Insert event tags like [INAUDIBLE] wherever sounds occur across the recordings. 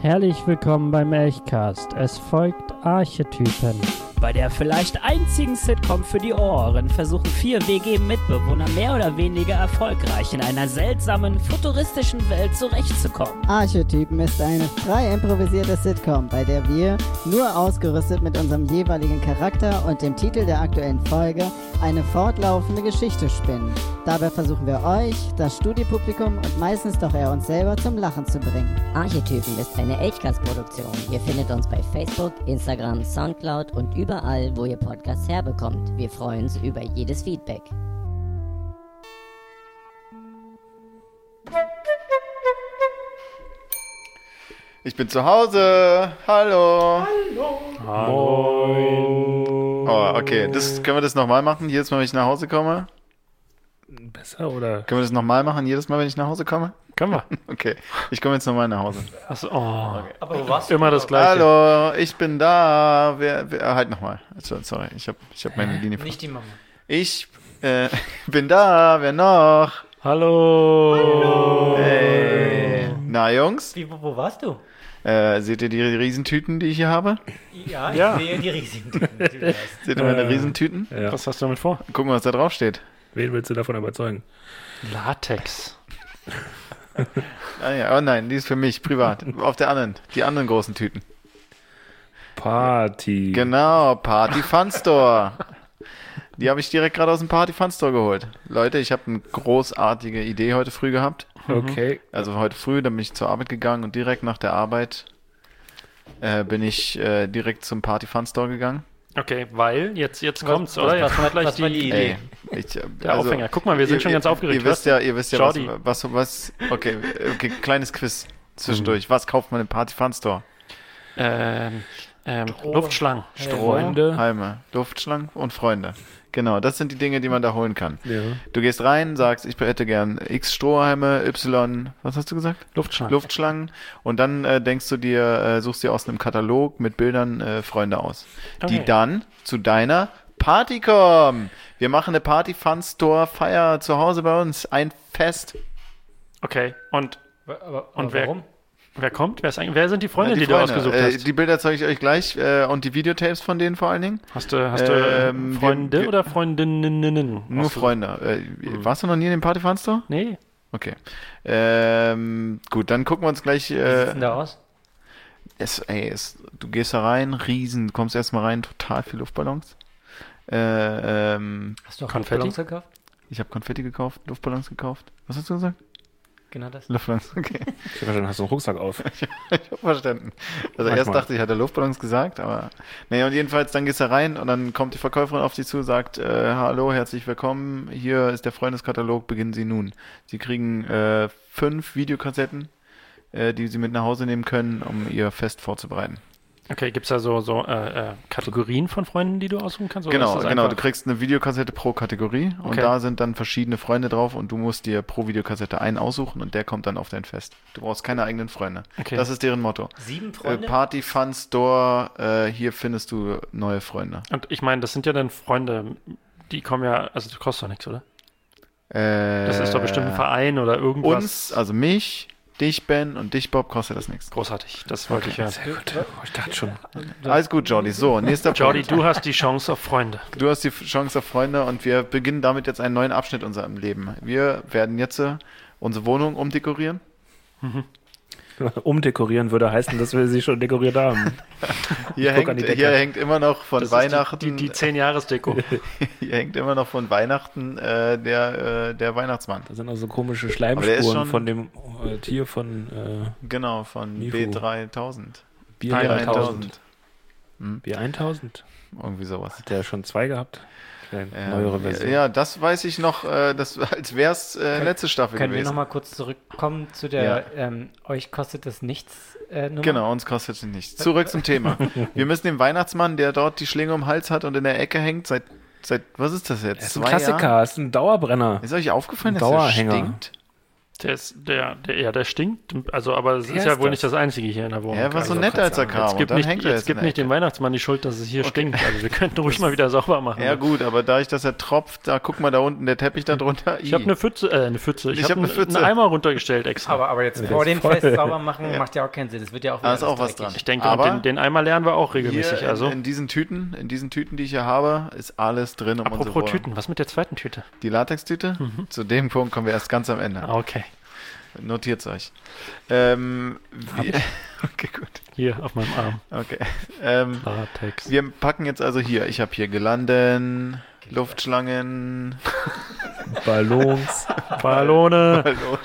Herrlich willkommen beim Elchcast. Es folgt Archetypen. Bei der vielleicht einzigen Sitcom für die Ohren versuchen vier WG-Mitbewohner mehr oder weniger erfolgreich in einer seltsamen, futuristischen Welt zurechtzukommen. Archetypen ist eine frei improvisierte Sitcom, bei der wir, nur ausgerüstet mit unserem jeweiligen Charakter und dem Titel der aktuellen Folge, eine fortlaufende Geschichte spinnen. Dabei versuchen wir euch, das Studiopublikum und meistens doch eher uns selber zum Lachen zu bringen. Archetypen ist eine Elchkast-Produktion. Ihr findet uns bei Facebook, Instagram, Soundcloud und überall, wo ihr Podcasts herbekommt. Wir freuen uns über jedes Feedback. Ich bin zu Hause. Hallo. Oh, okay. Das, können wir das nochmal machen? Jedes Mal, wenn ich nach Hause komme? Besser oder? Können wir das nochmal machen? Jedes Mal, wenn ich nach Hause komme? Können [LAUGHS] wir. Okay. Ich komme jetzt nochmal nach Hause. Achso, oh. Aber du warst immer das gleiche. Hallo, ich bin da. Wer, wer, halt nochmal. Also, sorry, ich habe ich hab meine Linie. ver- Nicht die Mama. Ich äh, [LAUGHS] bin da. Wer noch? Hallo. Hey. Na, Jungs? Wie, wo, wo warst du? Äh, seht ihr die Riesentüten, die ich hier habe? Ja, ich Ja. sehe die [LAUGHS] riesigen Tüten, die du hast. Seht ihr meine Riesentüten? Ja. Was hast du damit vor? Gucken wir, was da drauf steht. Wen willst du davon überzeugen? Latex. Ah, ja. Oh nein, die ist für mich privat. Auf der anderen, die anderen großen Tüten. Party. Genau, Party Fun Store. Die habe ich direkt gerade aus dem Party Fun Store geholt. Leute, ich habe eine großartige Idee heute früh gehabt. Okay. Also heute früh, dann bin ich zur Arbeit gegangen und direkt nach der Arbeit äh, bin ich äh, direkt zum Party Fun Store gegangen. Okay, weil jetzt, jetzt kommt's, was- oder? was- Jetzt was- kommt gleich was war die die, Idee? Ey, ich, äh, der Aufhänger. Guck mal, wir sind ihr- schon ganz ihr- aufgeregt. Ihr wisst ja, ihr wisst ja, was, Jordi. was, was, okay, okay, kleines Quiz Mhm. zwischendurch. Was kauft man im Party Fun Store? Ähm, ähm, Luftschlangen. Freunde. Heime, Luftschlangen und Freunde. Genau, das sind die Dinge, die man da holen kann. Ja. Du gehst rein, sagst, ich hätte gern X Strohhalme, Y, was hast du gesagt? Luftschlangen. Luftschlangen. Und dann äh, denkst du dir, äh, suchst dir aus einem Katalog mit Bildern äh, Freunde aus, Okay. die dann zu deiner Party kommen. Wir machen eine Party Fun Store Feier zu Hause bei uns. Ein Fest. Okay, und Aber, Und wer- warum? wer kommt? Wer, ist eigentlich, wer sind die Freunde, Äh, die, Freunde. du ausgesucht äh, hast? Die Bilder zeige ich euch gleich äh, und die Videotapes von denen vor allen Dingen. hast du, hast du äh, ähm, wir- Freunde wir- oder Freundinnen? Nur Hast du- Freunde. Äh, Mhm. Warst du noch nie in dem Party Fun Store? Nee. Okay. Ähm, gut, dann gucken wir uns gleich. Wie Äh, sieht's denn da aus? Es, ey, es, du gehst da rein, riesen, kommst erstmal rein, total viel Luftballons. Äh, ähm, Hast du auch Konfetti? Luftballons gekauft? ich habe Konfetti gekauft, Luftballons gekauft. Was hast du gesagt? Genau das. Luftballons, [LAUGHS] okay. Ich hab verstanden, hast du einen Rucksack [LAUGHS] auf. ich hab verstanden. Also Manchmal. erst dachte ich, hat er Luftballons gesagt, aber. Nee, und jedenfalls, dann gehst du rein und dann kommt die Verkäuferin auf dich zu, sagt, äh, hallo, herzlich willkommen, hier ist der Freundeskatalog, beginnen Sie nun. Sie kriegen äh, fünf Videokassetten, äh, die Sie mit nach Hause nehmen können, um Ihr Fest vorzubereiten. Okay, gibt es da so, so äh, äh, Kategorien von Freunden, die du aussuchen kannst? oder Genau, ist das genau. Du einfach- kriegst eine Videokassette pro Kategorie und Okay. da sind dann verschiedene Freunde drauf und du musst dir pro Videokassette einen aussuchen und der kommt dann auf dein Fest. Du brauchst keine eigenen Freunde. Okay. Das ist deren Motto. Sieben Äh, Freunde? Party Fun Store, äh, hier findest du neue Freunde. Und ich meine, das sind ja dann Freunde, die kommen ja, also das kostet doch nichts, oder? Äh, Das ist doch bestimmt ein Verein oder irgendwas. Uns, also mich, dich, Ben und dich, Bob, kostet das nichts. Großartig, das wollte ich ja. Sehr gut. Ich dachte schon. Alles gut, Jordi. So, nächster [LAUGHS] Jordi, Punkt. du hast die Chance auf Freunde. Du hast die F- Chance auf Freunde und wir beginnen damit jetzt einen neuen Abschnitt in unserem Leben. Wir werden jetzt äh, unsere Wohnung umdekorieren. Umdekorieren würde heißen, dass wir sie schon dekoriert haben. Hier, guck an hängt, die Decke. hier hängt immer noch von Das Weihnachten. ist die, die, die 10-Jahres-Deko. Hier hängt immer noch von Weihnachten äh, der, äh, der Weihnachtsmann. [LAUGHS] Da sind auch so komische der ist Schleimspuren schon- von dem äh, Tier von äh, Genau, von Mifu. B3000. Bier 1000. Bier 1000. Irgendwie sowas. Hat der schon zwei gehabt? Eine Ähm, neuere Version. Ja, das weiß ich noch, äh, das, [LAUGHS] als wäre es äh, letzte Staffel Können wir gewesen. nochmal kurz zurückkommen zu der, ähm, euch kostet das nichts äh, Nummer? Genau, uns kostet es nichts. Zurück zum Thema. Wir müssen dem Weihnachtsmann, der dort die Schlinge um den Hals hat und in der Ecke hängt, seit, seit was ist das jetzt? ist ein Klassiker, ist ein Dauerbrenner. Ist euch aufgefallen, dass der Dauerhänger. stinkt? Der ist, der, der, ja, der stinkt, also, aber es Der ist ja ist wohl das. nicht das einzige hier in der Wohnung. Er war so Also, nett, als er kam. Es und gibt dann nicht, hängt er jetzt es in gibt der nicht dem Ecke. Weihnachtsmann die Schuld, dass es hier stinkt. Also wir [LAUGHS] könnten ruhig mal wieder sauber machen. Ja gut, aber dadurch, dass er tropft, da guck mal da unten der Teppich da drunter. Ich habe eine Pfütze, äh, eine Pfütze. Ich, Ich habe hab eine hab einen- einen Pfütze. Eimer runtergestellt extra. Aber, aber jetzt Ja, vor das dem ist voll. Fest sauber machen Ja. macht ja auch keinen Sinn. Das wird ja auch Da ist wieder auch was dreckig. dran. ich denke, aber und den, den Eimer lernen wir auch regelmäßig. hier also. in, in diesen Tüten, in diesen Tüten, die ich hier habe, ist alles drin um unsere Apropos Wohnung. Tüten, Mhm. was mit der zweiten Tüte? Die Latextüte, zu dem Punkt kommen wir erst ganz am Ende. Ah, okay. Notiert's euch. Ähm, wir, [LAUGHS] okay, gut. Hier auf meinem Arm. Okay. Ähm, Latex. wir packen jetzt also hier. Ich habe hier Gelanden, [LAUGHS] Luftschlangen, [LAUGHS] Ballons. Ballone. Hallo.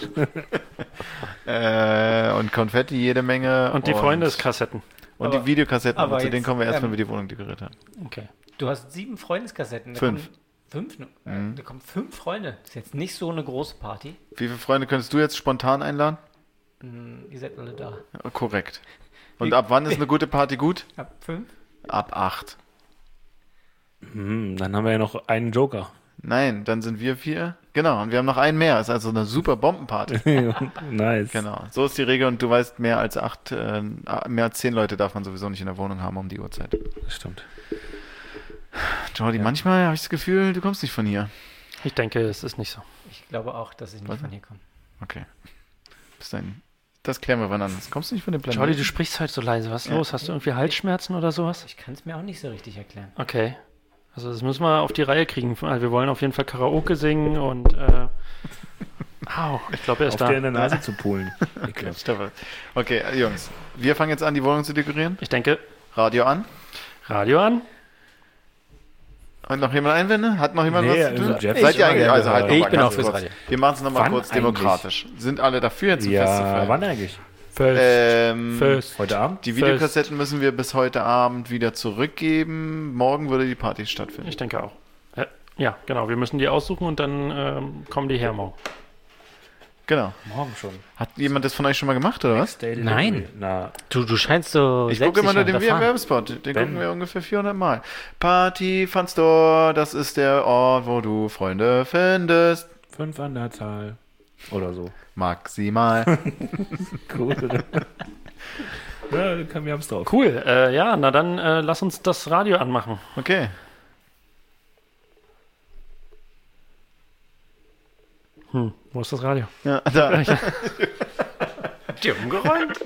äh, und Konfetti jede Menge. Und die Freundeskassetten. Und Aber- die Videokassetten, aber aber zu denen jetzt, kommen wir erst, wenn ähm, wir die Wohnung dekoriert haben. Okay. Du hast sieben Freundeskassetten. Da Fünf. Mhm. Kommen fünf? nur? Äh, Da kommen fünf Freunde. Das ist jetzt nicht so eine große Party. Wie viele Freunde könntest du jetzt spontan einladen? Hm, Ihr seid alle da. Äh, Korrekt. Und ab wann ist eine gute Party gut? Ab fünf? Ab acht. Hm, dann haben wir ja noch einen [LAUGHS] Joker. Nein, dann sind wir vier. Genau, und wir haben noch einen mehr. Ist also eine super [LAUGHS] Bombenparty. nice. genau, so ist die Regel und du weißt, mehr als acht, äh, mehr als zehn Leute darf man sowieso nicht in der Wohnung haben um die Uhrzeit. Das stimmt. Jordi, manchmal habe ich das Gefühl, du kommst nicht von hier. Ich denke, es ist nicht so. Ich glaube auch, dass ich nicht Was? von hier komme. Okay. Bis dahin. Das klären wir wann anders. Kommst du nicht von dem Planeten? Charlie, du sprichst halt so leise. Was ist Ja. los? Hast du irgendwie Halsschmerzen oder sowas? Ich kann es mir auch nicht so richtig erklären. Okay. Also das müssen wir auf die Reihe kriegen. Also wir wollen auf jeden Fall Karaoke singen und äh, [LAUGHS] Au, ich glaube, er Auf ist der in der da. Nase zu pulen. Ekelhaft. Stefan. Okay, äh, Jungs. Wir fangen jetzt an, die Wohnung zu dekorieren. Ich denke, Radio an. Radio an. Hat noch jemand Einwände? Hat noch jemand Nee, was zu tun? also Jeff ist Seid ihr immer eigentlich? gerne Also halt dabei. Ich noch mal bin ganz auch fürs kurz. Radio. Wir machen es nochmal Wann kurz eigentlich? demokratisch. Sind alle dafür, jetzt zu Fest zu ja, feiern? wann eigentlich? Fest. Ähm, Fest. Heute Abend? Die Videokassetten müssen wir bis heute Abend wieder zurückgeben. Morgen würde die Party stattfinden. Ich denke auch. Äh, ja, genau. Wir müssen die aussuchen und dann ähm, kommen die her morgen. Genau. Morgen schon. Hat jemand das von euch schon mal gemacht, oder was? Day Nein. Delivery. Na, Du, du scheinst so. Ich gucke immer nur den WM. Werbespot. Ben. Den gucken wir ungefähr 400 Mal. Party Fun Store, das ist der Ort, wo du Freunde findest. fünf an der Zahl. Oder so. [LAUGHS] Maximal. Cool. ja, kann, wir haben es drauf. Cool. Äh, ja, na dann äh, lass uns das Radio anmachen. Okay. Hm, wo ist das Radio? Ja, da. Die umgeräumt.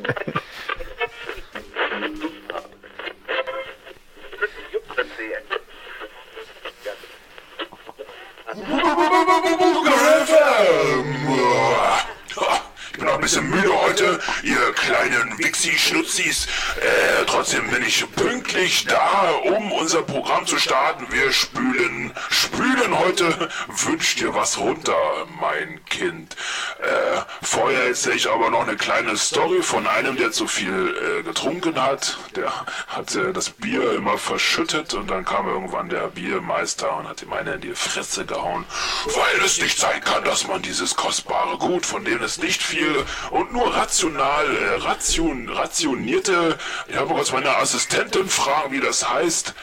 Ich bin auch ein bisschen müde heute, ihr kleinen Wixi-Schnutzis. Äh, trotzdem bin ich pünktlich da, um unser Programm zu starten. Wir spülen, spülen heute. Wünsch dir was runter, mein Kind. Äh, vorher erzähle ich aber noch eine kleine Story von einem, der zu viel äh, getrunken hat. Der hat äh, das Bier immer verschüttet und dann kam irgendwann der Biermeister und hat ihm eine in die Fresse gehauen, weil es nicht sein kann, dass man dieses kostbare Gut, von dem es nicht viel und nur rational, äh, ration, rationierte, ich habe kurz meine Assistentin fragen, wie das heißt,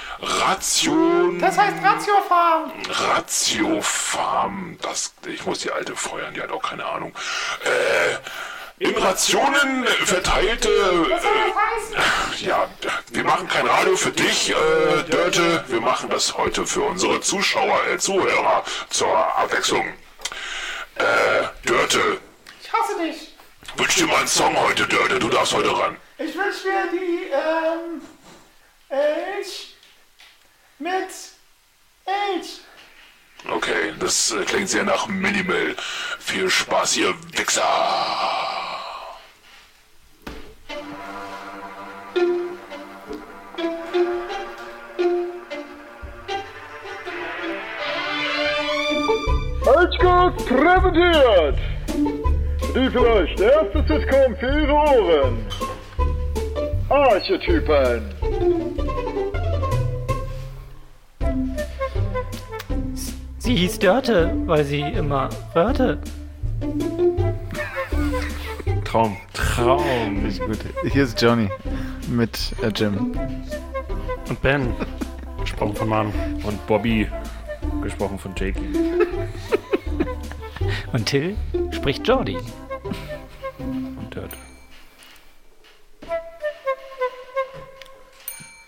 ration... Das heißt Ratiofarm. Ratiofarm, das, ich muss die alte feuern, die hat auch keine Ahnung. Äh, in Rationen verteilte... äh, ja, wir machen kein Radio für dich, äh, Dörte. Wir machen das heute für unsere Zuschauer, äh, Zuhörer zur Abwechslung. Äh, Dörte, Ich hasse dich. wünsch dir mal einen Song heute, Dörte. Du darfst heute ran. Ich wünsche mir die ähm, äh, Elch mit Elch. Okay, das äh, klingt sehr nach Minimal. Viel Spaß, ihr Wichser. Holzgut präsentiert. Die vielleicht erste Sitcom für Ihre Ohren. Archetypen. Sie hieß Dörte, weil sie immer Dörte. Traum. Traum. Richtig gut. Hier ist Johnny mit äh, Jim. [LAUGHS] Und Ben. Gesprochen von Manu. Und Bobby. Gesprochen von Jake. Und Till? spricht Jordi. Und Dirt.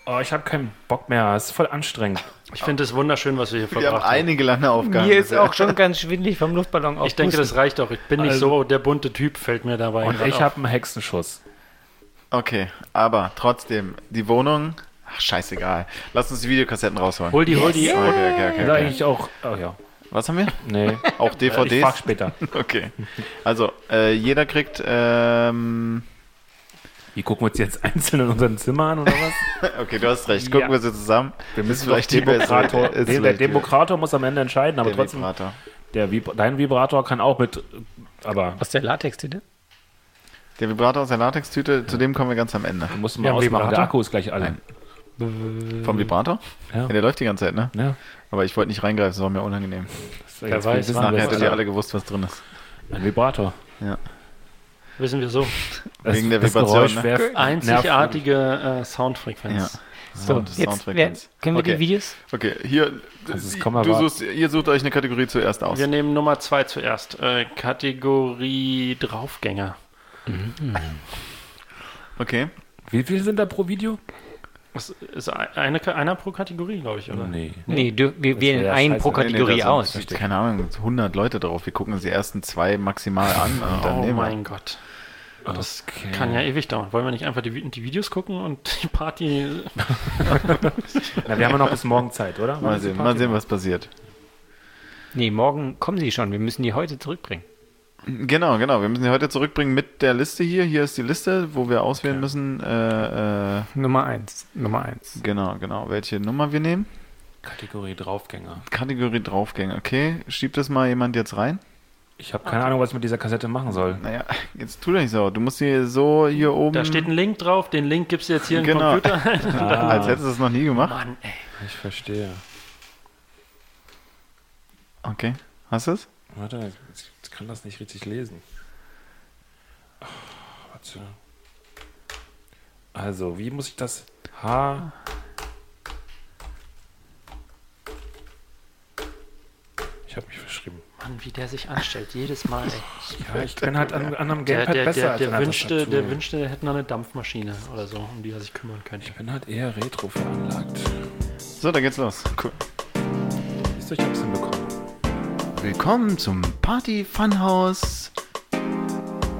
Oh, ich habe keinen Bock mehr. Es ist voll anstrengend. Ich finde es wunderschön, was wir hier Wir haben verbracht haben. einige lange Aufgaben. Mir ist bisher. auch schon ganz schwindelig vom Luftballon Ich denke, das aufpusten. reicht doch. Ich bin nicht Also- so der bunte Typ, fällt mir dabei. Und grad ich auf. habe einen Hexenschuss. Okay, aber trotzdem, die Wohnung. Ach, scheißegal. Lass uns die Videokassetten rausholen. Hol die, hol die. Okay, okay, okay, Okay. okay. eigentlich auch. Oh ja. Was haben wir? Nee. Auch Ich frag DVDs? später. Okay. Also, äh, jeder kriegt. Ähm, Die gucken wir uns jetzt einzeln in unserem Zimmer an oder was? okay, du hast recht. Gucken Ja. wir sie zusammen. Wir müssen Vielleicht die Demokrator. bessere- ist Der, der vielleicht die- Demokrator muss am Ende entscheiden, aber Der trotzdem. Vibrator. Der Vib dein Vibrator kann auch mit. Aber Aus der Latex-Tinte? Der Vibrator aus der Latextüte, zu dem kommen wir ganz am Ende. du musst ihn Wir mal haben ausmachen. Der Vibrator? Akku ist gleich alle. Vom Vibrator? Mhm. Ja. der läuft die ganze Zeit, ne? Ja. Aber ich wollte nicht reingreifen, das war mir unangenehm. Wer weiß, wann Nachher wir- hättet ihr alle gewusst, was drin ist. Ein Vibrator. Wissen wir so. Das, Wegen der das Vibration, Geräusch ne? werf- nervt- Einzigartige äh, Soundfrequenz. So, Sound- jetzt werden, Soundfrequenz. können wir okay. die Videos? Okay, hier. ist du Kamera- suchst, ihr sucht euch eine Kategorie zuerst aus. Wir nehmen Nummer zwei zuerst. Äh, Kategorie Draufgänger. Okay. Wie viel sind da pro Video? Das ist ein- eine, einer pro Kategorie, glaube ich, oder? Nee. Nee, du, wir wählen wäre einen pro scheiße. Nee, nee, Kategorie da sind- aus. Keine Ahnung, 100 Leute drauf. Wir gucken uns die ersten zwei maximal an äh, und dann Oh nehmen wir. mein Gott. Das Kann ja ewig dauern. Wollen wir nicht einfach die, Vi- die Videos gucken und die Party. Na, wir haben ja noch bis morgen Zeit, oder? Mal sehen, mal sehen, was passiert. Nee, morgen kommen sie schon. Wir müssen die heute zurückbringen. Genau, genau. Wir müssen die heute zurückbringen mit der Liste hier. Hier ist die Liste, wo wir auswählen müssen. Äh, äh, Nummer eins. Nummer eins. genau, genau. Welche Nummer wir nehmen. Kategorie Draufgänger. Kategorie Draufgänger. Okay, schiebt das mal jemand jetzt rein. Ich habe keine Ahnung, was ich mit dieser Kassette machen soll. Naja, jetzt tu doch nicht so. Du musst hier so hier oben. Da steht ein Link drauf, den Link gibst du jetzt hier Genau. [LAUGHS] im Computer. Als hättest du es noch nie gemacht. Mann, ey. Ich verstehe. Okay. Hast du es? Warte, ich- ich kann das nicht richtig lesen. Ah, warte. Also, wie muss ich das H. Ich habe mich verschrieben. Mann, wie der sich anstellt, jedes Mal, ey. Ja, ich bin halt an, an einem Der, Gamepad der, besser der, als der, an einer wünschte, Tastatur. der wünschte, der hätte noch eine Dampfmaschine oder so, um die er sich kümmern könnte. Ich bin halt eher retro veranlagt. So, da geht's los. Cool. Siehst du, ich hab's hinbekommen. Willkommen zum Party Funhouse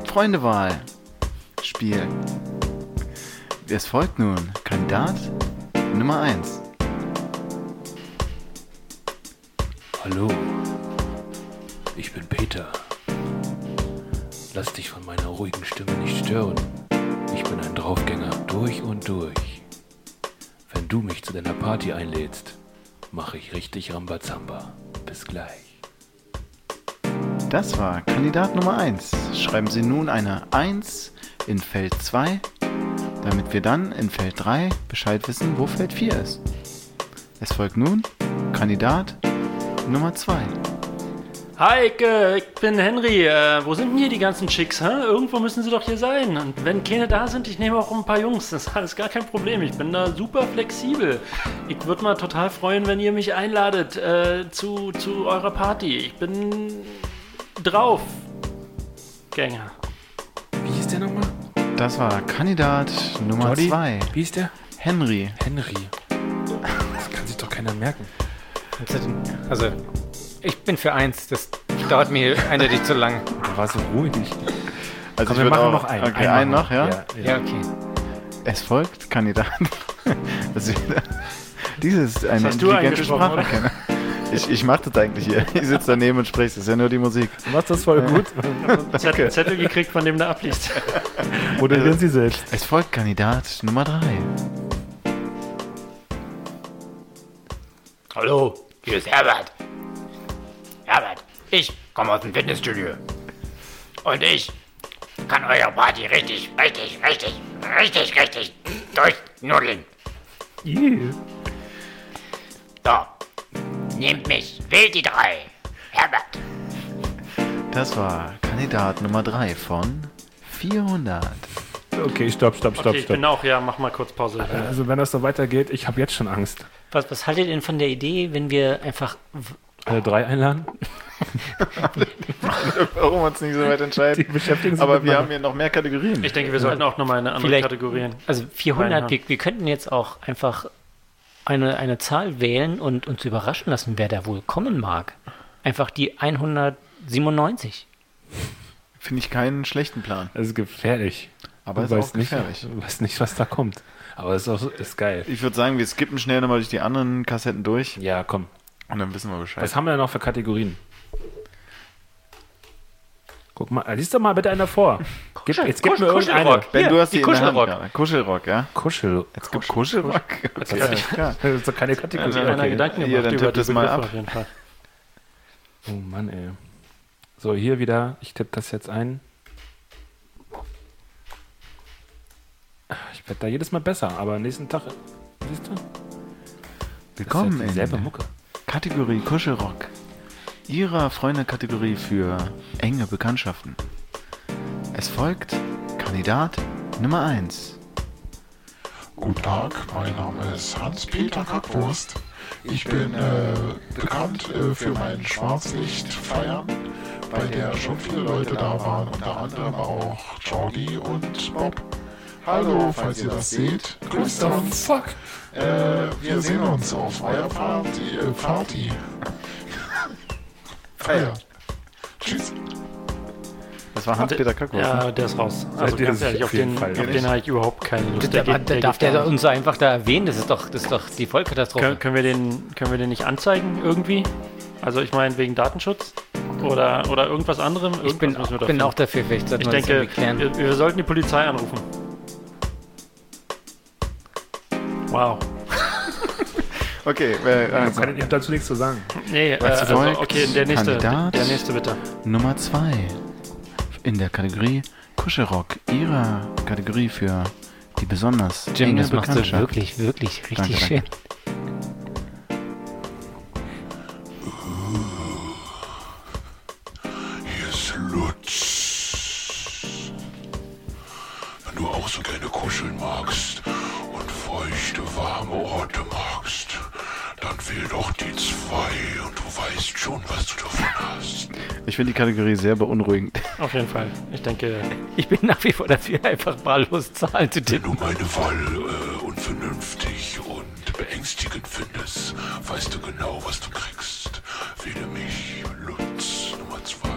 Freundewahl Spiel. Es folgt nun Kandidat Nummer 1. Hallo, ich bin Peter. Lass dich von meiner ruhigen Stimme nicht stören. Ich bin ein Draufgänger durch und durch. Wenn du mich zu deiner Party einlädst, mache ich richtig Rambazamba. Bis gleich. Das war Kandidat Nummer 1. Schreiben Sie nun eine 1 in Feld 2, damit wir dann in Feld 3 Bescheid wissen, wo Feld 4 ist. Es folgt nun Kandidat Nummer 2. Heike, ich bin Henry. Äh, wo sind denn hier die ganzen Chicks? Hä? Irgendwo müssen sie doch hier sein. Und wenn keine da sind, ich nehme auch ein paar Jungs. Das ist alles gar kein Problem. Ich bin da super flexibel. Ich würde mal total freuen, wenn ihr mich einladet äh, zu, zu eurer Party. Ich bin drauf. Gänger. Wie ist der nochmal? Das war Kandidat Nummer Jordi? 2. Wie ist der? Henry. Henry. Das kann sich doch keiner merken. Also, ich bin für eins. Das dauert mir eindeutig zu lang. Der war so ruhig. Also Komm, wir würd machen noch einen. Okay, einen, machen noch, wir. ja? Ja, okay. Es folgt Kandidat. [LAUGHS] Das ist wieder- Dieses ist eine hast du intelligente eingesprochen, Sprache. oder? Ich, ich mach das eigentlich hier. Ich sitze daneben und spreche. Das ist ja nur die Musik. Machst das voll gut? Zett, Zettel gekriegt, von dem da abliest. Moderieren Sie selbst. Es folgt Kandidat Nummer 3. Hallo, hier ist Herbert. Herbert, ich komme aus dem Fitnessstudio. Und ich kann eure Party richtig, richtig, richtig, richtig, richtig durchnudeln. So, nehmt mich, wählt die drei. Herbert. Das war Kandidat Nummer 3 von 400. Okay, stopp, stopp, stopp, Okay, ich stopp. bin auch, ja, mach mal kurz Pause. Also wenn das so weitergeht, ich habe jetzt schon Angst. Was, was haltet ihr denn von der Idee, wenn wir einfach. w- [LAUGHS] Alle drei einladen? Warum wir uns nicht so weit entscheiden. [LAUGHS] Die beschäftigen sich Aber mit wir meiner- haben hier noch mehr Kategorien. Ich denke, wir sollten auch nochmal eine andere Vielleicht- Kategorie. Also 400, reinhauen. wir, wir könnten jetzt auch einfach eine, eine Zahl wählen und uns überraschen lassen, wer da wohl kommen mag. Einfach die 197. Finde ich keinen schlechten Plan. Das ist gefährlich. Aber du ist weißt auch gefährlich. Nicht, du weißt nicht, was da kommt. Aber es ist, auch, ist geil. Ich würde sagen, wir skippen schnell nochmal durch die anderen Kassetten durch. Ja, komm. Und dann wissen wir Bescheid. Was haben wir denn noch für Kategorien? Guck mal, lies doch mal bitte einer vor. Gib, jetzt gib mir irgendeine. Ben, du hast die, in der Hand, Kuschelrock. gerade. Kuschelrock, ja? Kuschel. Es gibt Kuschelrock. Okay, Ja, alles klar. Das ist doch keine Kategorie. Also, einer Gedanken Hier, gemacht dann über tippt die das mal Begriffe ab. auf jeden Fall. Oh Mann, ey. So, hier wieder. Ich tippe das jetzt ein. Ich werde da jedes Mal besser, aber am nächsten Tag. Siehst du? Willkommen Das ist ja dieselbe Mucke. Kategorie Kuschelrock. Ihrer Freunde-Kategorie für enge Bekanntschaften. Es folgt Kandidat Nummer 1. Guten Tag, mein Name ist Hans-Peter Kackwurst. Ich bin äh, bekannt äh, für meinen Schwarzlichtfeiern, bei der schon viele Leute da waren, unter anderem auch Jordi und Bob. Hallo, falls ihr das seht, grüßt uns. Fuck. Äh, wir sehen uns auf eurer Party. Äh, Party. Feier. Tschüss. Das war Hans-Peter Kackwurst. Ja, ne? der ist raus. Ja, Also der ganz ist ehrlich, auf auf jeden den, Fall auf raus. den habe ich überhaupt keine Lust. Der, geht- der, darf geht gar der nicht. uns einfach da erwähnen? Das ist doch, das ist doch die Vollkatastrophe. Können, können, wir den, können wir den nicht anzeigen irgendwie? Also ich meine wegen Datenschutz oder, oder irgendwas anderem? Irgendwas ich bin, müssen wir da bin finden. auch dafür, vielleicht sollten Ich wir das denke, irgendwie klären. wir, wir sollten die Polizei anrufen. Wow. [LAUGHS] Okay, äh, Ich also, kann- ich hab dazu nichts zu sagen. Nee, äh, Was also, folgt? okay, der nächste, Kandidat? der nächste bitte. Nummer 2. In der Kategorie Kuschelrock. Ihrer Kategorie für die besonders Jim, enge das machst du Bekanntschaft. wirklich, wirklich richtig Danke, danke. schön. Hier ist Lutz. Wenn du auch so gerne kuscheln magst und feuchte, warme Orte magst, dann wähl doch die zwei und du weißt schon, was du davon hast. Ich finde die Kategorie sehr beunruhigend. Auf jeden Fall. Ich denke, Ich bin nach wie vor dafür, einfach wahllos Zahlen zu Wenn tippen. du meine Wahl äh, unvernünftig und beängstigend findest, weißt du genau, was du kriegst. Wähle mich, Lutz Nummer zwei.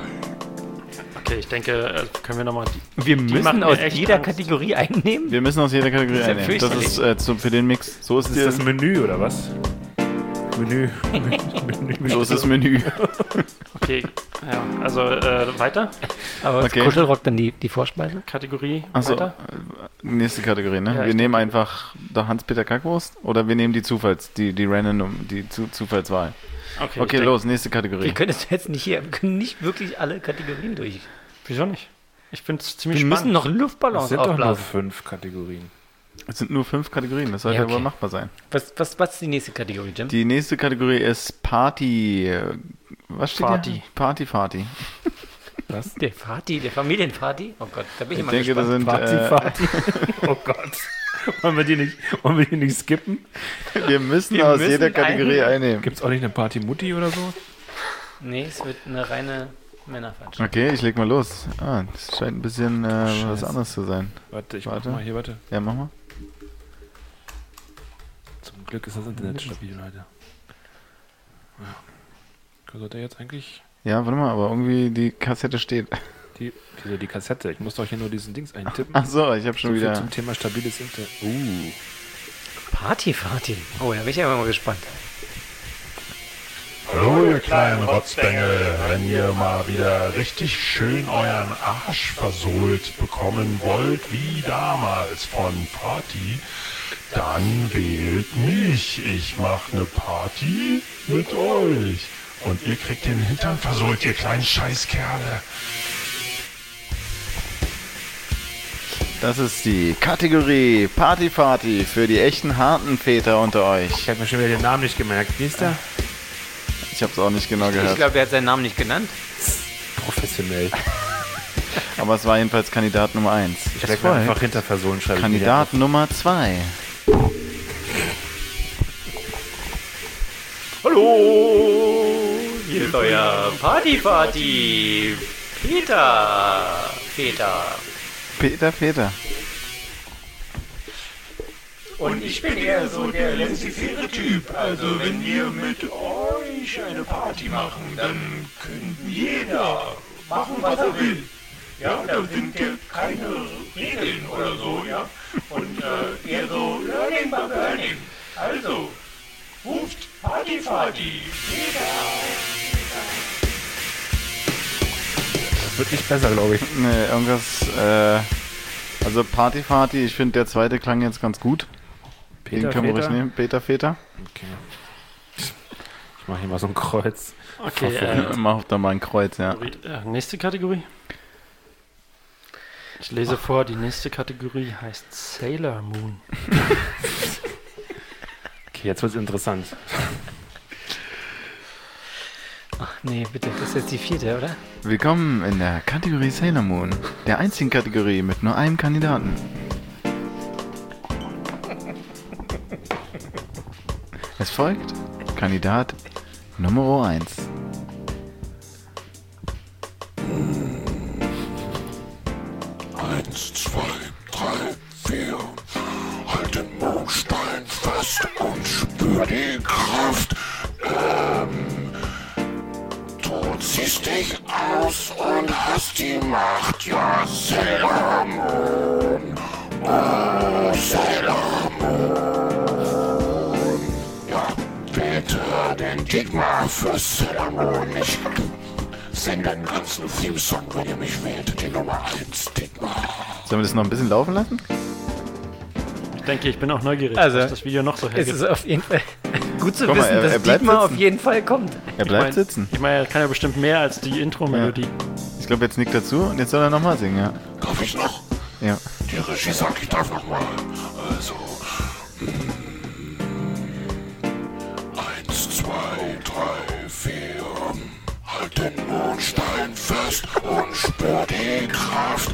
okay, ich denke, äh, können wir nochmal die. Wir machen müssen mir aus echt jeder Angst. Kategorie einnehmen. Wir müssen aus jeder Kategorie Das ist ja einnehmen. Das ist äh, zu, für den Mix. So ist, Ist das das, ein Menü oder was? Menü. Menü. so ist das Menü. Okay, ja, also äh, weiter. Aber okay. okay. Kuschelrock dann die, die Vorspeise? Kategorie Achso, weiter. [LAUGHS] nächste Kategorie, ne? Ja, wir ich- nehmen einfach der Hans-Peter Kackwurst oder wir nehmen die Zufalls, die, die random, die Zu Zufallswahl. Okay, ich Okay, denke- los, nächste Kategorie. Wir können es jetzt nicht hier, wir können nicht wirklich alle Kategorien durch. Wieso nicht? Ich finde es ziemlich Wir müssen spannend. noch Das Luftballons sind doch nur aufblasen. fünf Kategorien. Es sind nur fünf Kategorien, das sollte Ja, ja, okay. wohl machbar sein. Was, was, was ist die nächste Kategorie, Jim? Die nächste Kategorie ist Party. äh, Was steht Party. Hier? Party, Party. der Party, der Familienparty? Oh Gott, da bin ich, Ich immer denke, da gespannt. sind, Party, äh, Party. Oh Gott. Wollen wir die nicht, wollen wir die nicht skippen? [LAUGHS] wir müssen Wir aus müssen jeder Kategorie einnehmen. Gibt's auch nicht eine Party Mutti oder so? Nee, es wird eine reine Männerveranstaltung. Okay, ich leg mal los. Ah, das scheint ein bisschen äh, was anderes zu sein. Warte, ich Warte. mach mal hier, warte. Ja, mach mal. Zum Glück ist das Internet stabil heute. Ja. Sollte jetzt eigentlich Ja, warte mal, aber irgendwie die Kassette steht. [LAUGHS] die, also die, die Kassette. Ich muss doch hier nur diesen Dings eintippen. Ach so, ich habe So schon viel wieder. zum Thema stabiles Internet. Uh. Party, Party. Oh, da bin ich aber mal gespannt. Hallo, ihr kleinen Rotzbengel. Wenn ihr mal wieder richtig schön euren Arsch versohlt bekommen wollt, wie damals von Party, dann wählt mich. Ich mache eine Party mit euch. Und ihr kriegt den Hintern versohlt, ihr kleinen Scheißkerle. Das ist die Kategorie Party Party für die echten harten Väter unter euch. Ich habe mir schon wieder den Namen nicht gemerkt. Wie ist der? Ich hab's auch nicht genau Ich gehört. glaube, er hat seinen Namen nicht genannt. Professionell. Aber es war jedenfalls Kandidat Nummer 1. Ich leck mir einfach hinter Personen schreiben. Kandidat Nummer 2. Hallo! Hier ist Abenteuer Party Party. Peter. Peter. Peter, Peter. Und ich bin eher so der laissez-faire Typ. Also wenn wir mit euch eine Party machen, dann könnten jeder machen, was er will. Ja, da sind ja keine Regeln oder so, ja. Und äh, eher so Learning by Burning. Also, ruft Party Party. Wird nicht besser, glaube ich. Nee, irgendwas. Äh, also Party Party, ich finde der zweite klang jetzt ganz gut. Peter Den können wir Väter? ruhig nehmen. Peter Väter. Okay. Ich mache hier mal so ein Kreuz. Okay, Mach- äh, Mach da mal ein Kreuz, ja. Äh, Nächste Kategorie. Ich lese vor, die nächste Kategorie heißt Sailor Moon. Okay, jetzt wird's interessant. Ach nee, bitte, das ist jetzt die vierte, oder? Willkommen in der Kategorie Sailor Moon. Der einzigen Kategorie mit nur einem Kandidaten. Es folgt Kandidat Nummer 1. Eins, zwei, drei, vier. Halt den Mondstein fest und spür die Kraft. Ähm, du ziehst dich aus und hast die Macht, ja, Sailor Moon. Oh, Sailor Moon. Ja, bitte den Digma für Sailor Moon. Ich sende einen ganzen Theme-Song, wenn ihr mich wählt, die Nummer 1, Digma. Sollen wir das noch ein bisschen laufen lassen? Ich denke, ich bin auch neugierig, Also, was das Video noch so hergibt. Es ist auf jeden Fall gut zu Guck mal, wissen, er- dass er bleibt Dietmar sitzen. auf jeden Fall kommt. Er bleibt ich mein, sitzen. Ich meine, er kann ja bestimmt mehr als die Intro-Melodie. Ich glaube, jetzt nickt dazu und jetzt soll er nochmal singen, ja. Darf ich noch? Ja. Die Regie sagt, ich darf nochmal. Also. hm. mm, Eins, zwei, drei, vier. Halt den Mondstein fest und spür die Kraft.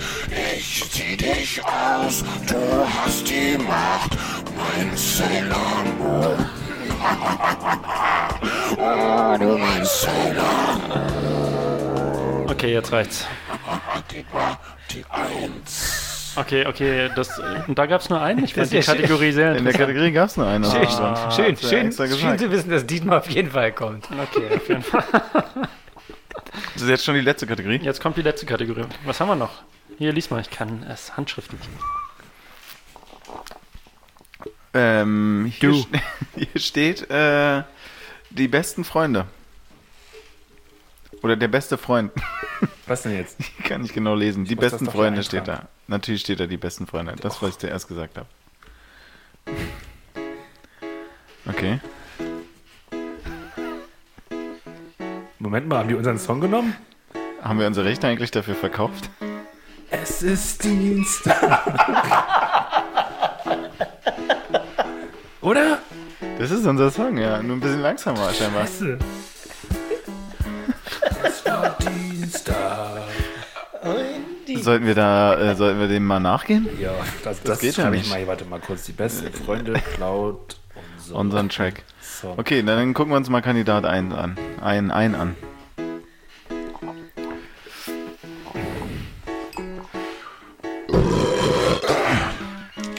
Ich zieh dich aus, du hast die Macht. Mein Sailor Moon. [LAUGHS] oh, du mein Sailor Okay, jetzt reicht's. Die Eins. Okay, okay, das, und da gab's nur einen? Ich Das fand die ist ja Kategorie [LAUGHS] sehr In der interessant. Kategorie gab es nur einen. Schön, Ah, schön, hat's ja schön, extra schön gesagt. zu wissen, dass Dietmar auf jeden Fall kommt. Okay, auf jeden Fall. Das ist jetzt schon die letzte Kategorie. Jetzt kommt die letzte Kategorie. Was haben wir noch? Hier, lies mal, ich kann es handschriftlich. Ähm, hier, st- [LAUGHS] hier steht äh, die besten Freunde. Oder der beste Freund. [LAUGHS] Was denn jetzt? Ich kann nicht genau lesen. Die muss das besten doch hier Freunde steht da. eintragen. Natürlich steht da die besten Freunde. Das, was ich zuerst gesagt habe. Okay. Moment mal, haben die unseren Song genommen? Haben wir unsere Rechte eigentlich dafür verkauft? Es ist Dienstag. Oder? Das ist unser Song, ja. Nur ein bisschen langsamer scheinbar. Es war Dienstag. Sollten wir da, äh, sollten wir dem mal nachgehen? Ja, das, das, geht ja schreibe nicht. Ich mal hier, warte mal kurz. Die [LAUGHS] besten Freunde klaut unser Unseren Track. Song. Okay, dann gucken wir uns mal Kandidat 1 an. Ein, ein an.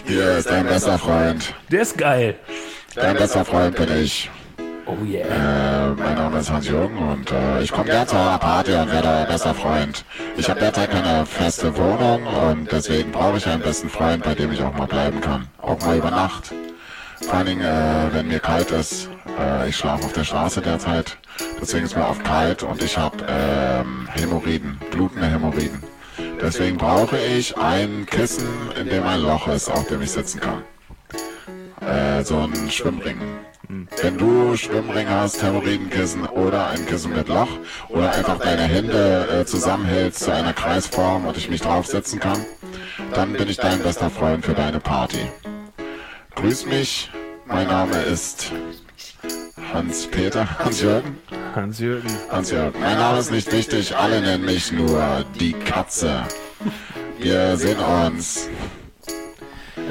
Hier ist dein bester Freund. Der ist geil. Dein bester Freund bin ich. Oh yeah. Äh, mein Name ist Hans-Jürgen und äh, ich komme gern zu eurer Party und werde euer bester Freund. Ich habe derzeit keine feste Wohnung und deswegen brauche ich einen besten Freund, bei dem ich auch mal bleiben kann. Auch mal über Nacht. Vor allen Dingen, äh, wenn mir kalt ist. Äh, ich schlafe auf der Straße derzeit. Deswegen ist mir oft kalt und ich habe ähm, Hämorrhoiden, blutende Hämorrhoiden. Deswegen brauche ich ein Kissen, in dem ein Loch ist, auf dem ich sitzen kann. Äh, so ein Schwimmring. Wenn du Schwimmring hast, Hämorrhoidenkissen oder ein Kissen mit Loch oder einfach deine Hände äh, zusammenhältst zu einer Kreisform und ich mich draufsetzen kann, dann bin ich dein bester Freund für deine Party. Grüß mich, mein Name ist Hans-Peter, Hans-Jürgen. Hans-Jürgen. Hans-Jörg, mein Name ist nicht wichtig, alle nennen mich nur die Katze. Wir sehen uns.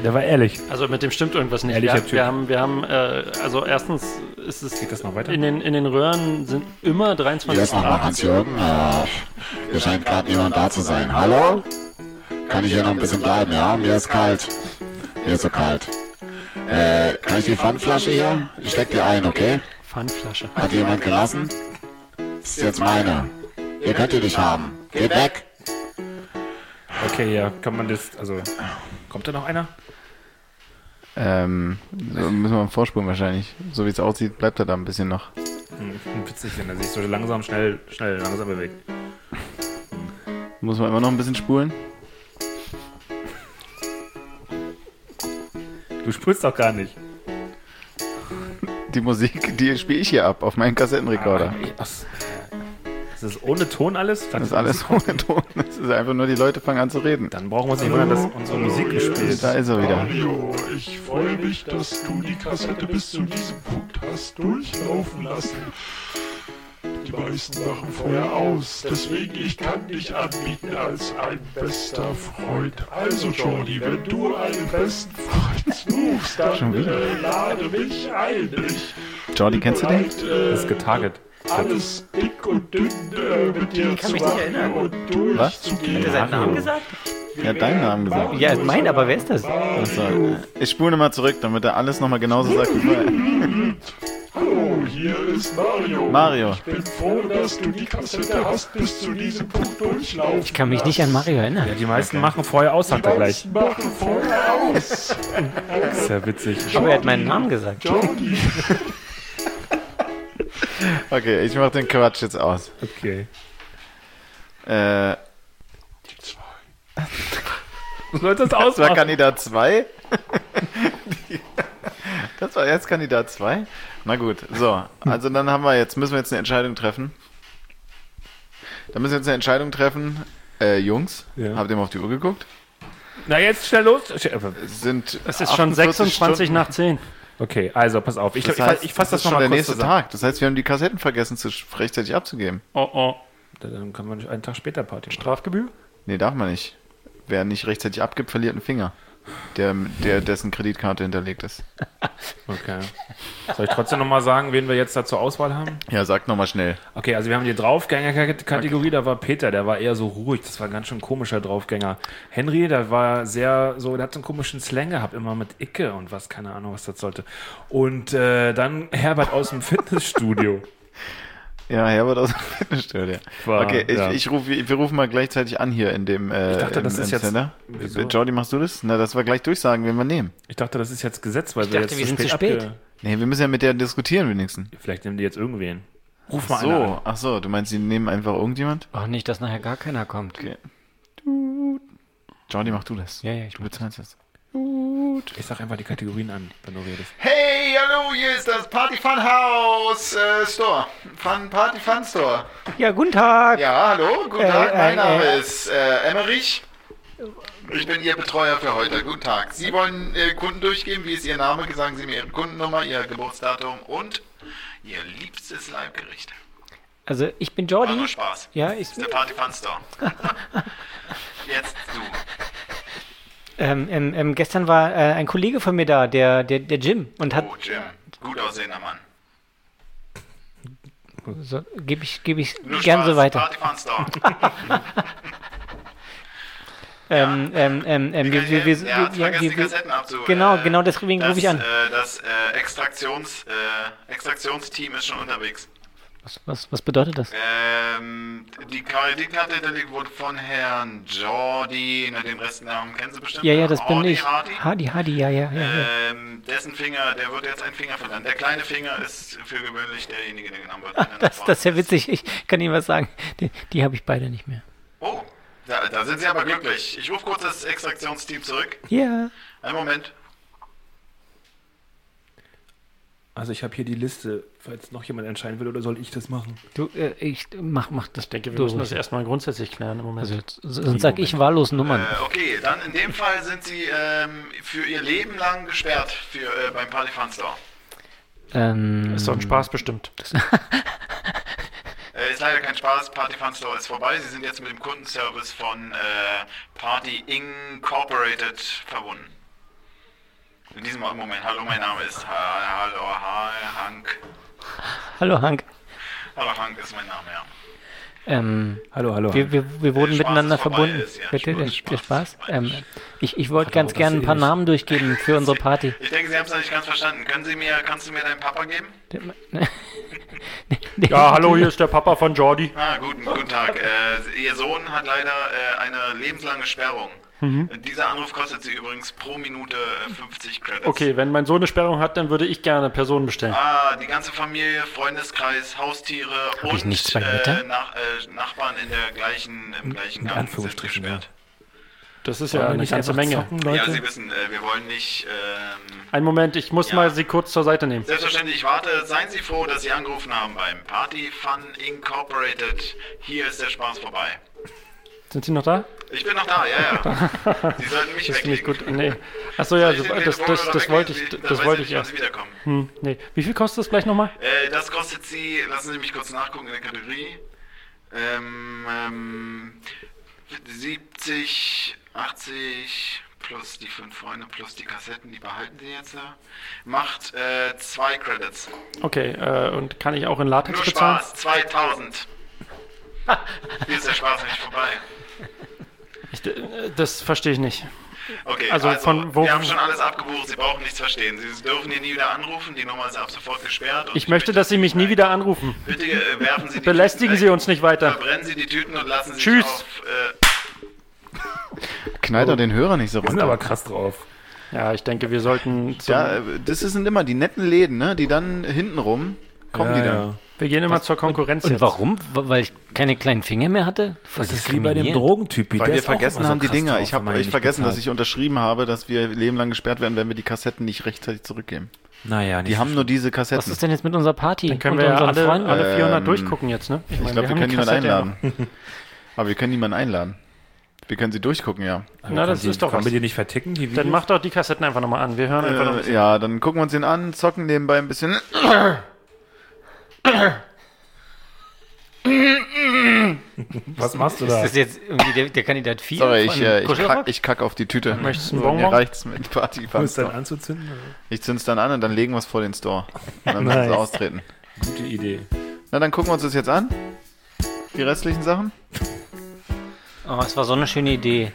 Der war ehrlich. Also mit dem stimmt irgendwas nicht. Ehrlicher wir, Typ. wir haben, wir haben, äh, also erstens ist es. Geht das noch weiter? In den, in den Röhren sind immer 23 Hier ist nochmal Hans-Jürgen. Äh, hier scheint gerade niemand da zu sein. Hallo? Kann ich hier noch ein bisschen bleiben? Ja, mir ist kalt. Mir ist so kalt. Äh, kann ich die Pfandflasche hier? Ich steck dir ein, okay? Pfandflasche. Hat die jemand gelassen? Ist jetzt meine. Ihr könnt ihr nicht haben. Geht weg! Okay, ja, kann man das. Also. Kommt da noch einer? Ähm, so müssen wir am Vorsprung wahrscheinlich. So wie es aussieht, bleibt er da ein bisschen noch. Hm, ich bin witzig, wenn er sich so langsam, schnell, schnell, langsam bewegt. Muss man immer noch ein bisschen spulen? Du spulst doch gar nicht. Die Musik, die spiele ich hier ab auf meinen Kassettenrekorder. Das ist ohne Ton alles? Das ist alles ohne Ton. Das ist einfach nur, die Leute fangen an zu reden. Dann brauchen wir uns nicht wundern, dass unsere Musik gespielt Da ist er wieder. Mario, ich freue mich, dass du die Kassette bis zu diesem Punkt hast durchlaufen lassen. Die meisten machen vorher aus, deswegen ich kann dich anbieten als ein bester Freund. Also Johnny, wenn du einen besten Freund suchst, dann Schon wieder? äh, lade mich ein. Ich Jordi, kennst du den? Das ist getarget. alles dick und dünn äh, mit dir zu machen und durch. Was? Hat er seinen Namen gesagt? Er hat deinen Namen gesagt. Ja, mein, aber wer ist das? Also, äh, ich spule nochmal zurück, damit er alles nochmal genauso sagt wie vorher. Hallo, hier ist Mario. Mario. Ich bin froh, dass du die Kassette hast bis zu diesem Punkt durchlaufen. Ich kann mich nicht an Mario erinnern. Ja, die meisten machen vorher aus, sagt er gleich. Machen vorher aus. Das ist ja witzig. Aber er hat meinen Namen gesagt. Jordi. Okay, ich mach den Quatsch jetzt aus. [LAUGHS] Okay. [LAUGHS] Äh. Leute, das Das war ausmachen. Kandidat 2. [LAUGHS] Das war jetzt Kandidat 2. Na gut, so. Also dann haben wir jetzt, müssen wir jetzt eine Entscheidung treffen. Da müssen wir jetzt eine Entscheidung treffen. Äh, Jungs, Ja. habt ihr mal auf die Uhr geguckt? Na, jetzt schnell los. Es sind Es ist schon 48 26 Stunden. nach 10. Okay, also pass auf. Ich, das ich, heißt, ich fasse das, ist noch schon mal der kurz nächste zusammen. Tag. Das heißt, wir haben die Kassetten vergessen, zu rechtzeitig abzugeben. Oh, oh. Dann kann man nicht einen Tag später Party machen. Strafgebühr? Nee, darf man nicht. Wer nicht rechtzeitig abgibt, verliert einen Finger. Der, der dessen Kreditkarte hinterlegt ist. Okay. Soll ich trotzdem nochmal sagen, wen wir jetzt da zur Auswahl haben? Ja, sagt nochmal schnell. Okay, also wir haben die Draufgänger-Kategorie, da war Peter, der war eher so ruhig, das war ein ganz schön komischer Draufgänger. Henry, der war sehr so, der hat so einen komischen Slang gehabt, immer mit Icke und was, keine Ahnung, was das sollte. Und äh, dann Herbert aus dem Fitnessstudio. Ja, Herbert aus dem [LAUGHS] Fitnessstudio. War- okay, ich, ja. ich ruf, wir wir rufen mal gleichzeitig an hier in dem. Äh, Ich dachte, im, das im ist jetzt- Sender. Äh, Wieso? Jordi, machst du das? Na, dass wir gleich durchsagen, wen wir nehmen. Ich dachte, das ist jetzt Gesetz, weil Ich wir dachte, jetzt wir sind zu spät. Nee, wir müssen ja mit der diskutieren wenigstens. Vielleicht nehmen die jetzt irgendwen. Ruf Ach mal so, einer an. ach so, du meinst, sie nehmen einfach irgendjemand? Auch nicht, dass nachher gar keiner kommt. Okay. Jordi, mach du das. Ja, ja, ich Du bezahlst das. Gut. Ich sag einfach die Kategorien an, wenn du redest. Hey, hallo, hier ist das Party Fun House äh, Store. Fun Party Fun Store. [LAUGHS] Ja, guten Tag. Ja, hallo, guten Äh, Tag. Mein äh, Name äh. ist äh, Emmerich. Ich bin Ihr Betreuer für heute. Guten Tag. Sie wollen äh, Kunden durchgeben. Wie ist Ihr Name? Sagen Sie mir Ihre Kundennummer, Ihr Geburtsdatum und Ihr liebstes Leibgericht. Also, ich bin Jordi. War nur Spaß. Ja, ich. Das ist der Party Fun [LAUGHS] Store. Jetzt du. Ähm, ähm, ähm, gestern war äh, ein Kollege von mir da, der, der, der Jim, und hat. Oh, Jim. Gut aussehender Mann. So, Gebe ich, geb ich Nur gern Spaß. so weiter. Party Fun Store. ähm, ähm, ähm, ähm, wir, wir, wir, Ja, wir, hat's ja, vergessen, wir, die wir, Kassetten abzu- Genau, äh, genau deswegen das, rufe ich an. Äh, das äh, Extraktions, äh, Extraktionsteam ist schon unterwegs. was, was, was bedeutet das? Ähm, die Kreditkarte hinterlegt wurde von Herrn Jordi, na, den Restnamen kennen Sie bestimmt. Ja, ja, das bin Hardy, ich. Hardy. Hadi, Hadi, ja, ja, ja. ja. Ähm, dessen Finger, der wird jetzt einen Finger verlieren. Der kleine Finger ist für gewöhnlich derjenige, der genommen wird. wenn er [LAUGHS] Das, nach das ist ja vorne witzig. Ich kann Ihnen was sagen. Die, die habe ich beide nicht mehr. Oh, da, da sind Sie aber glücklich. Ich rufe kurz das Extraktionsteam zurück. Ja. Einen Moment. Also ich habe hier die Liste, falls noch jemand entscheiden will, oder soll ich das machen? Du, äh, ich mach, mach das. Ich denke, Wir müssen das erstmal grundsätzlich klären im Moment. Also, jetzt- sonst sag ich wahllos Nummern. Äh, okay, dann in dem Fall sind Sie ähm, für Ihr Leben lang gesperrt für, äh, beim Party Fun Store. Ähm, Ist doch ein Spaß bestimmt. Äh, ist leider kein Spaß, Party Fun Store ist vorbei. Sie sind jetzt mit dem Kundenservice von äh, Party Incorporated verbunden. In diesem Moment, hallo, mein Name ist ha Hallo ha Hank. Hallo Hank. Hallo Hank ist mein Name, ja. Ähm, hallo, hallo. Wir, wir, wir wurden Der Spaß miteinander ist vorbei, verbunden. ist ja Bitte, Spaß, der Spaß der ist Spaß. Ähm, ich ich wollte ganz gerne ein paar Namen durchgeben für [LAUGHS] unsere Party. Ich denke, Sie haben es noch nicht ganz verstanden. Können Sie mir, kannst du mir deinen Papa geben? [LAUGHS] Ja, hallo, hier ist der Papa von Jordi. Ah, guten, guten [LAUGHS] Tag. Äh, Ihr Sohn hat leider äh, eine lebenslange Sperrung. Mhm. Dieser Anruf kostet Sie übrigens pro Minute äh, 50 Credits. Okay, wenn mein Sohn eine Sperrung hat, dann würde ich gerne Personen bestellen. Ah, die ganze Familie, Freundeskreis, Haustiere ich und nichts bei äh, Mieter? nach, äh, Nachbarn in der gleichen, im gleichen In Gang sind Anführungsstrichen, gesperrt. Das ist Wollen ja wir eine nicht ganze einfach Menge. zocken, Ja, Sie wissen, äh, wir wollen nicht. Ähm, Einen Moment, ich muss Ja. mal sie kurz zur Seite nehmen. selbstverständlich, ich warte. Seien Sie froh, dass Sie angerufen haben beim Party Fun Incorporated. Hier ist der Spaß vorbei. Sind Sie noch da? Ich bin noch da, [LAUGHS] ja, ja. Sie sollten mich das ist nicht weglegen. gut. Nee. Achso, ja, Soll ich so- den das, Telefon das, oder das weg? wollte ich, Dann das weiß wollte ich ich nicht, wann erst. Sie wiederkommen. Hm, nee. Wie viel kostet das gleich nochmal? Äh, das kostet Sie, lassen Sie mich kurz nachgucken in der Kategorie. Ähm, ähm, 70, 80 plus die fünf Freunde plus die Kassetten, die behalten Sie jetzt. ja. Macht äh, zwei Credits. Okay, äh, und kann ich auch in Latex Nur bezahlen? Spaß, [LAUGHS] 2000. Hier ist der Spaß nicht vorbei. Ich, äh, das verstehe ich nicht. Okay, also, von wo? wir haben schon alles abgebucht, Sie brauchen nichts verstehen. Sie dürfen hier nie wieder anrufen, die Nummer ist ab sofort gesperrt. Und Ich möchte, dass Sie mich nie wieder anrufen. bitte äh, werfen Sie die Belästigen Sie uns nicht weiter. Verbrennen Sie die Tüten und lassen Sie Tschüss. sich auf. Äh, [LAUGHS] Knallt doch den Hörer nicht so runter. Wir Oh. sind aber krass drauf. Ja, ich denke, wir sollten. Ja, äh, das sind immer die netten Läden, ne? die dann hintenrum kommen Ja, die ja. dann. Wir gehen immer zur Konkurrenz Und jetzt. warum? W- Weil ich keine kleinen Finger mehr hatte? Voll Das ist wie bei dem diskriminierend. Drogentyp. Weil der wir ist auch immer vergessen so haben die krass Dinger. drauf, Ich wenn habe man ihn echt nicht vergessen, dass bezahlt. ich unterschrieben habe, dass wir lebenlang gesperrt werden, wenn wir die Kassetten nicht rechtzeitig zurückgeben. Naja, Die haben nur diese Kassetten. Was ist denn jetzt mit unserer Party? Dann können und wir ja unseren alle, Freunden? äh, alle 400 Ähm, durchgucken jetzt, ne? Ich, meine, glaube, wir haben können die niemanden Kassette ja einladen. [LAUGHS] Aber wir können niemanden einladen. Wir können sie durchgucken, ja. Na, das ist doch Können was. wir die nicht verticken, die noch. Dann mach doch die Kassetten einfach nochmal an. Wir hören einfach noch ein Äh, bisschen. ja, dann gucken wir uns den an, zocken nebenbei ein bisschen. Was machst du Ist da? das jetzt irgendwie der, der Kandidat 4? Sorry, ich, äh, ich, kack, ich kack auf die Tüte. Möchtest du einen So, Mir Bonbon? reicht's [LAUGHS] mit Party. Um es dann anzuzünden? oder? Ich zünd's dann an und dann legen wir es vor den Store. Und dann müssen Nice. sie austreten. Gute Idee. Na, dann gucken wir uns das jetzt an. Die restlichen Sachen. Oh, es war so eine schöne Idee.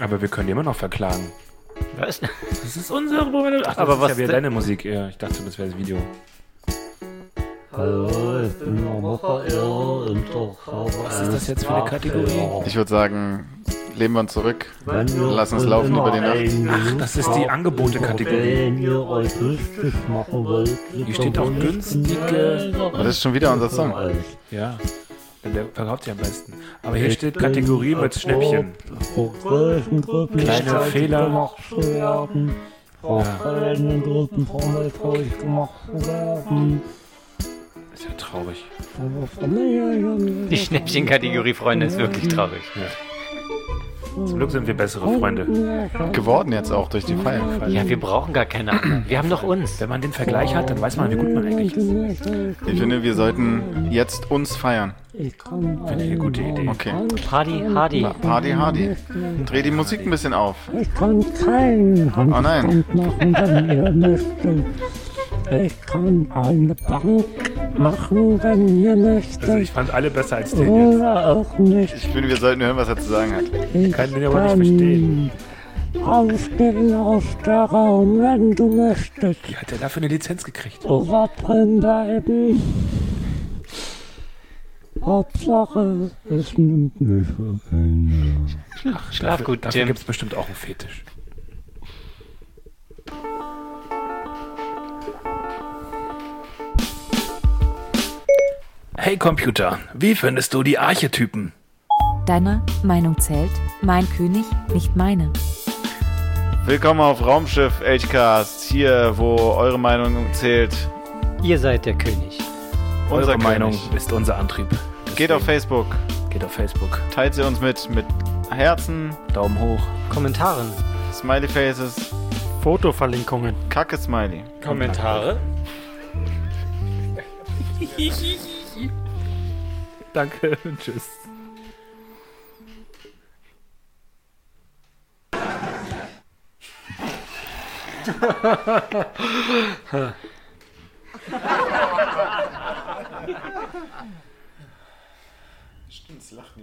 Aber wir können die immer noch verklagen. [LAUGHS] Was? Das ist unsere Problematik. Ach, das Aber ist was ja wieder denn- deine Musik. Ja, ich dachte, das wäre das Video. Hallo, ich bin der Michael und ich habe Was ist das jetzt für eine Kategorie? Ich würde sagen, lehnen wir uns zurück. Wenn ihr Lass uns uns laufen immer über die ein- Nacht. Ach, das ist die Angebote-Kategorie. Wenn ihr euch günstig machen wollt, Hier steht auch günstige. Aber das ist schon wieder unser Song. Ja, der verkauft sich am besten. Aber hier steht Kategorie mit Schnäppchen. welchen Gruppen Kleiner ich Fehler. gemacht zu werden, auf welchen Gruppen vorläufig gemacht zu werden. Ist ja traurig. Die Schnäppchenkategorie, Freunde, ist wirklich traurig. Zum Glück sind wir bessere Freunde. Geworden jetzt auch durch die Feier. Ja, wir brauchen gar keine anderen. Wir haben doch uns. Wenn man den Vergleich hat, dann weiß man, wie gut man eigentlich ist. Ich finde, wir sollten jetzt uns feiern. Finde ich eine gute Idee. Okay. Hardy, Hardy. Hardy, Hardy. Dreh die Musik ein bisschen auf. Ich kann keinen Oh nein. Handstand machen, wenn ihr möchtet. Ich kann eine Bank machen, wenn ihr Also möchtet. ich fand alle besser als den jetzt. Oder auch nicht. Ich finde, wir sollten hören, was er zu sagen hat. Ich kann den aber nicht verstehen. Aufstehen aus der Raum, wenn du möchtest. Wie hat er dafür eine Lizenz gekriegt? Oder drin bleiben. Hauptsache, es nimmt mich für einen. Schlaf dafür, gut, Dafür Jim. gibt es bestimmt auch einen Fetisch. Hey Computer, wie findest du die Archetypen? Deine Meinung zählt, mein König, nicht meine. Willkommen auf Raumschiff HCast. Hier, wo eure Meinung zählt. Ihr seid der König. Unser Unsere Meinung König. ist unser Antrieb. Geht auf Facebook. Geht auf Facebook. Teilt sie uns mit. Mit Herzen, Daumen hoch. Kommentaren. Smiley Faces, Fotoverlinkungen. Kacke Smiley. Kommentare? Danke. [LAUGHS] Tschüss. Stimmt, es lacht niemand.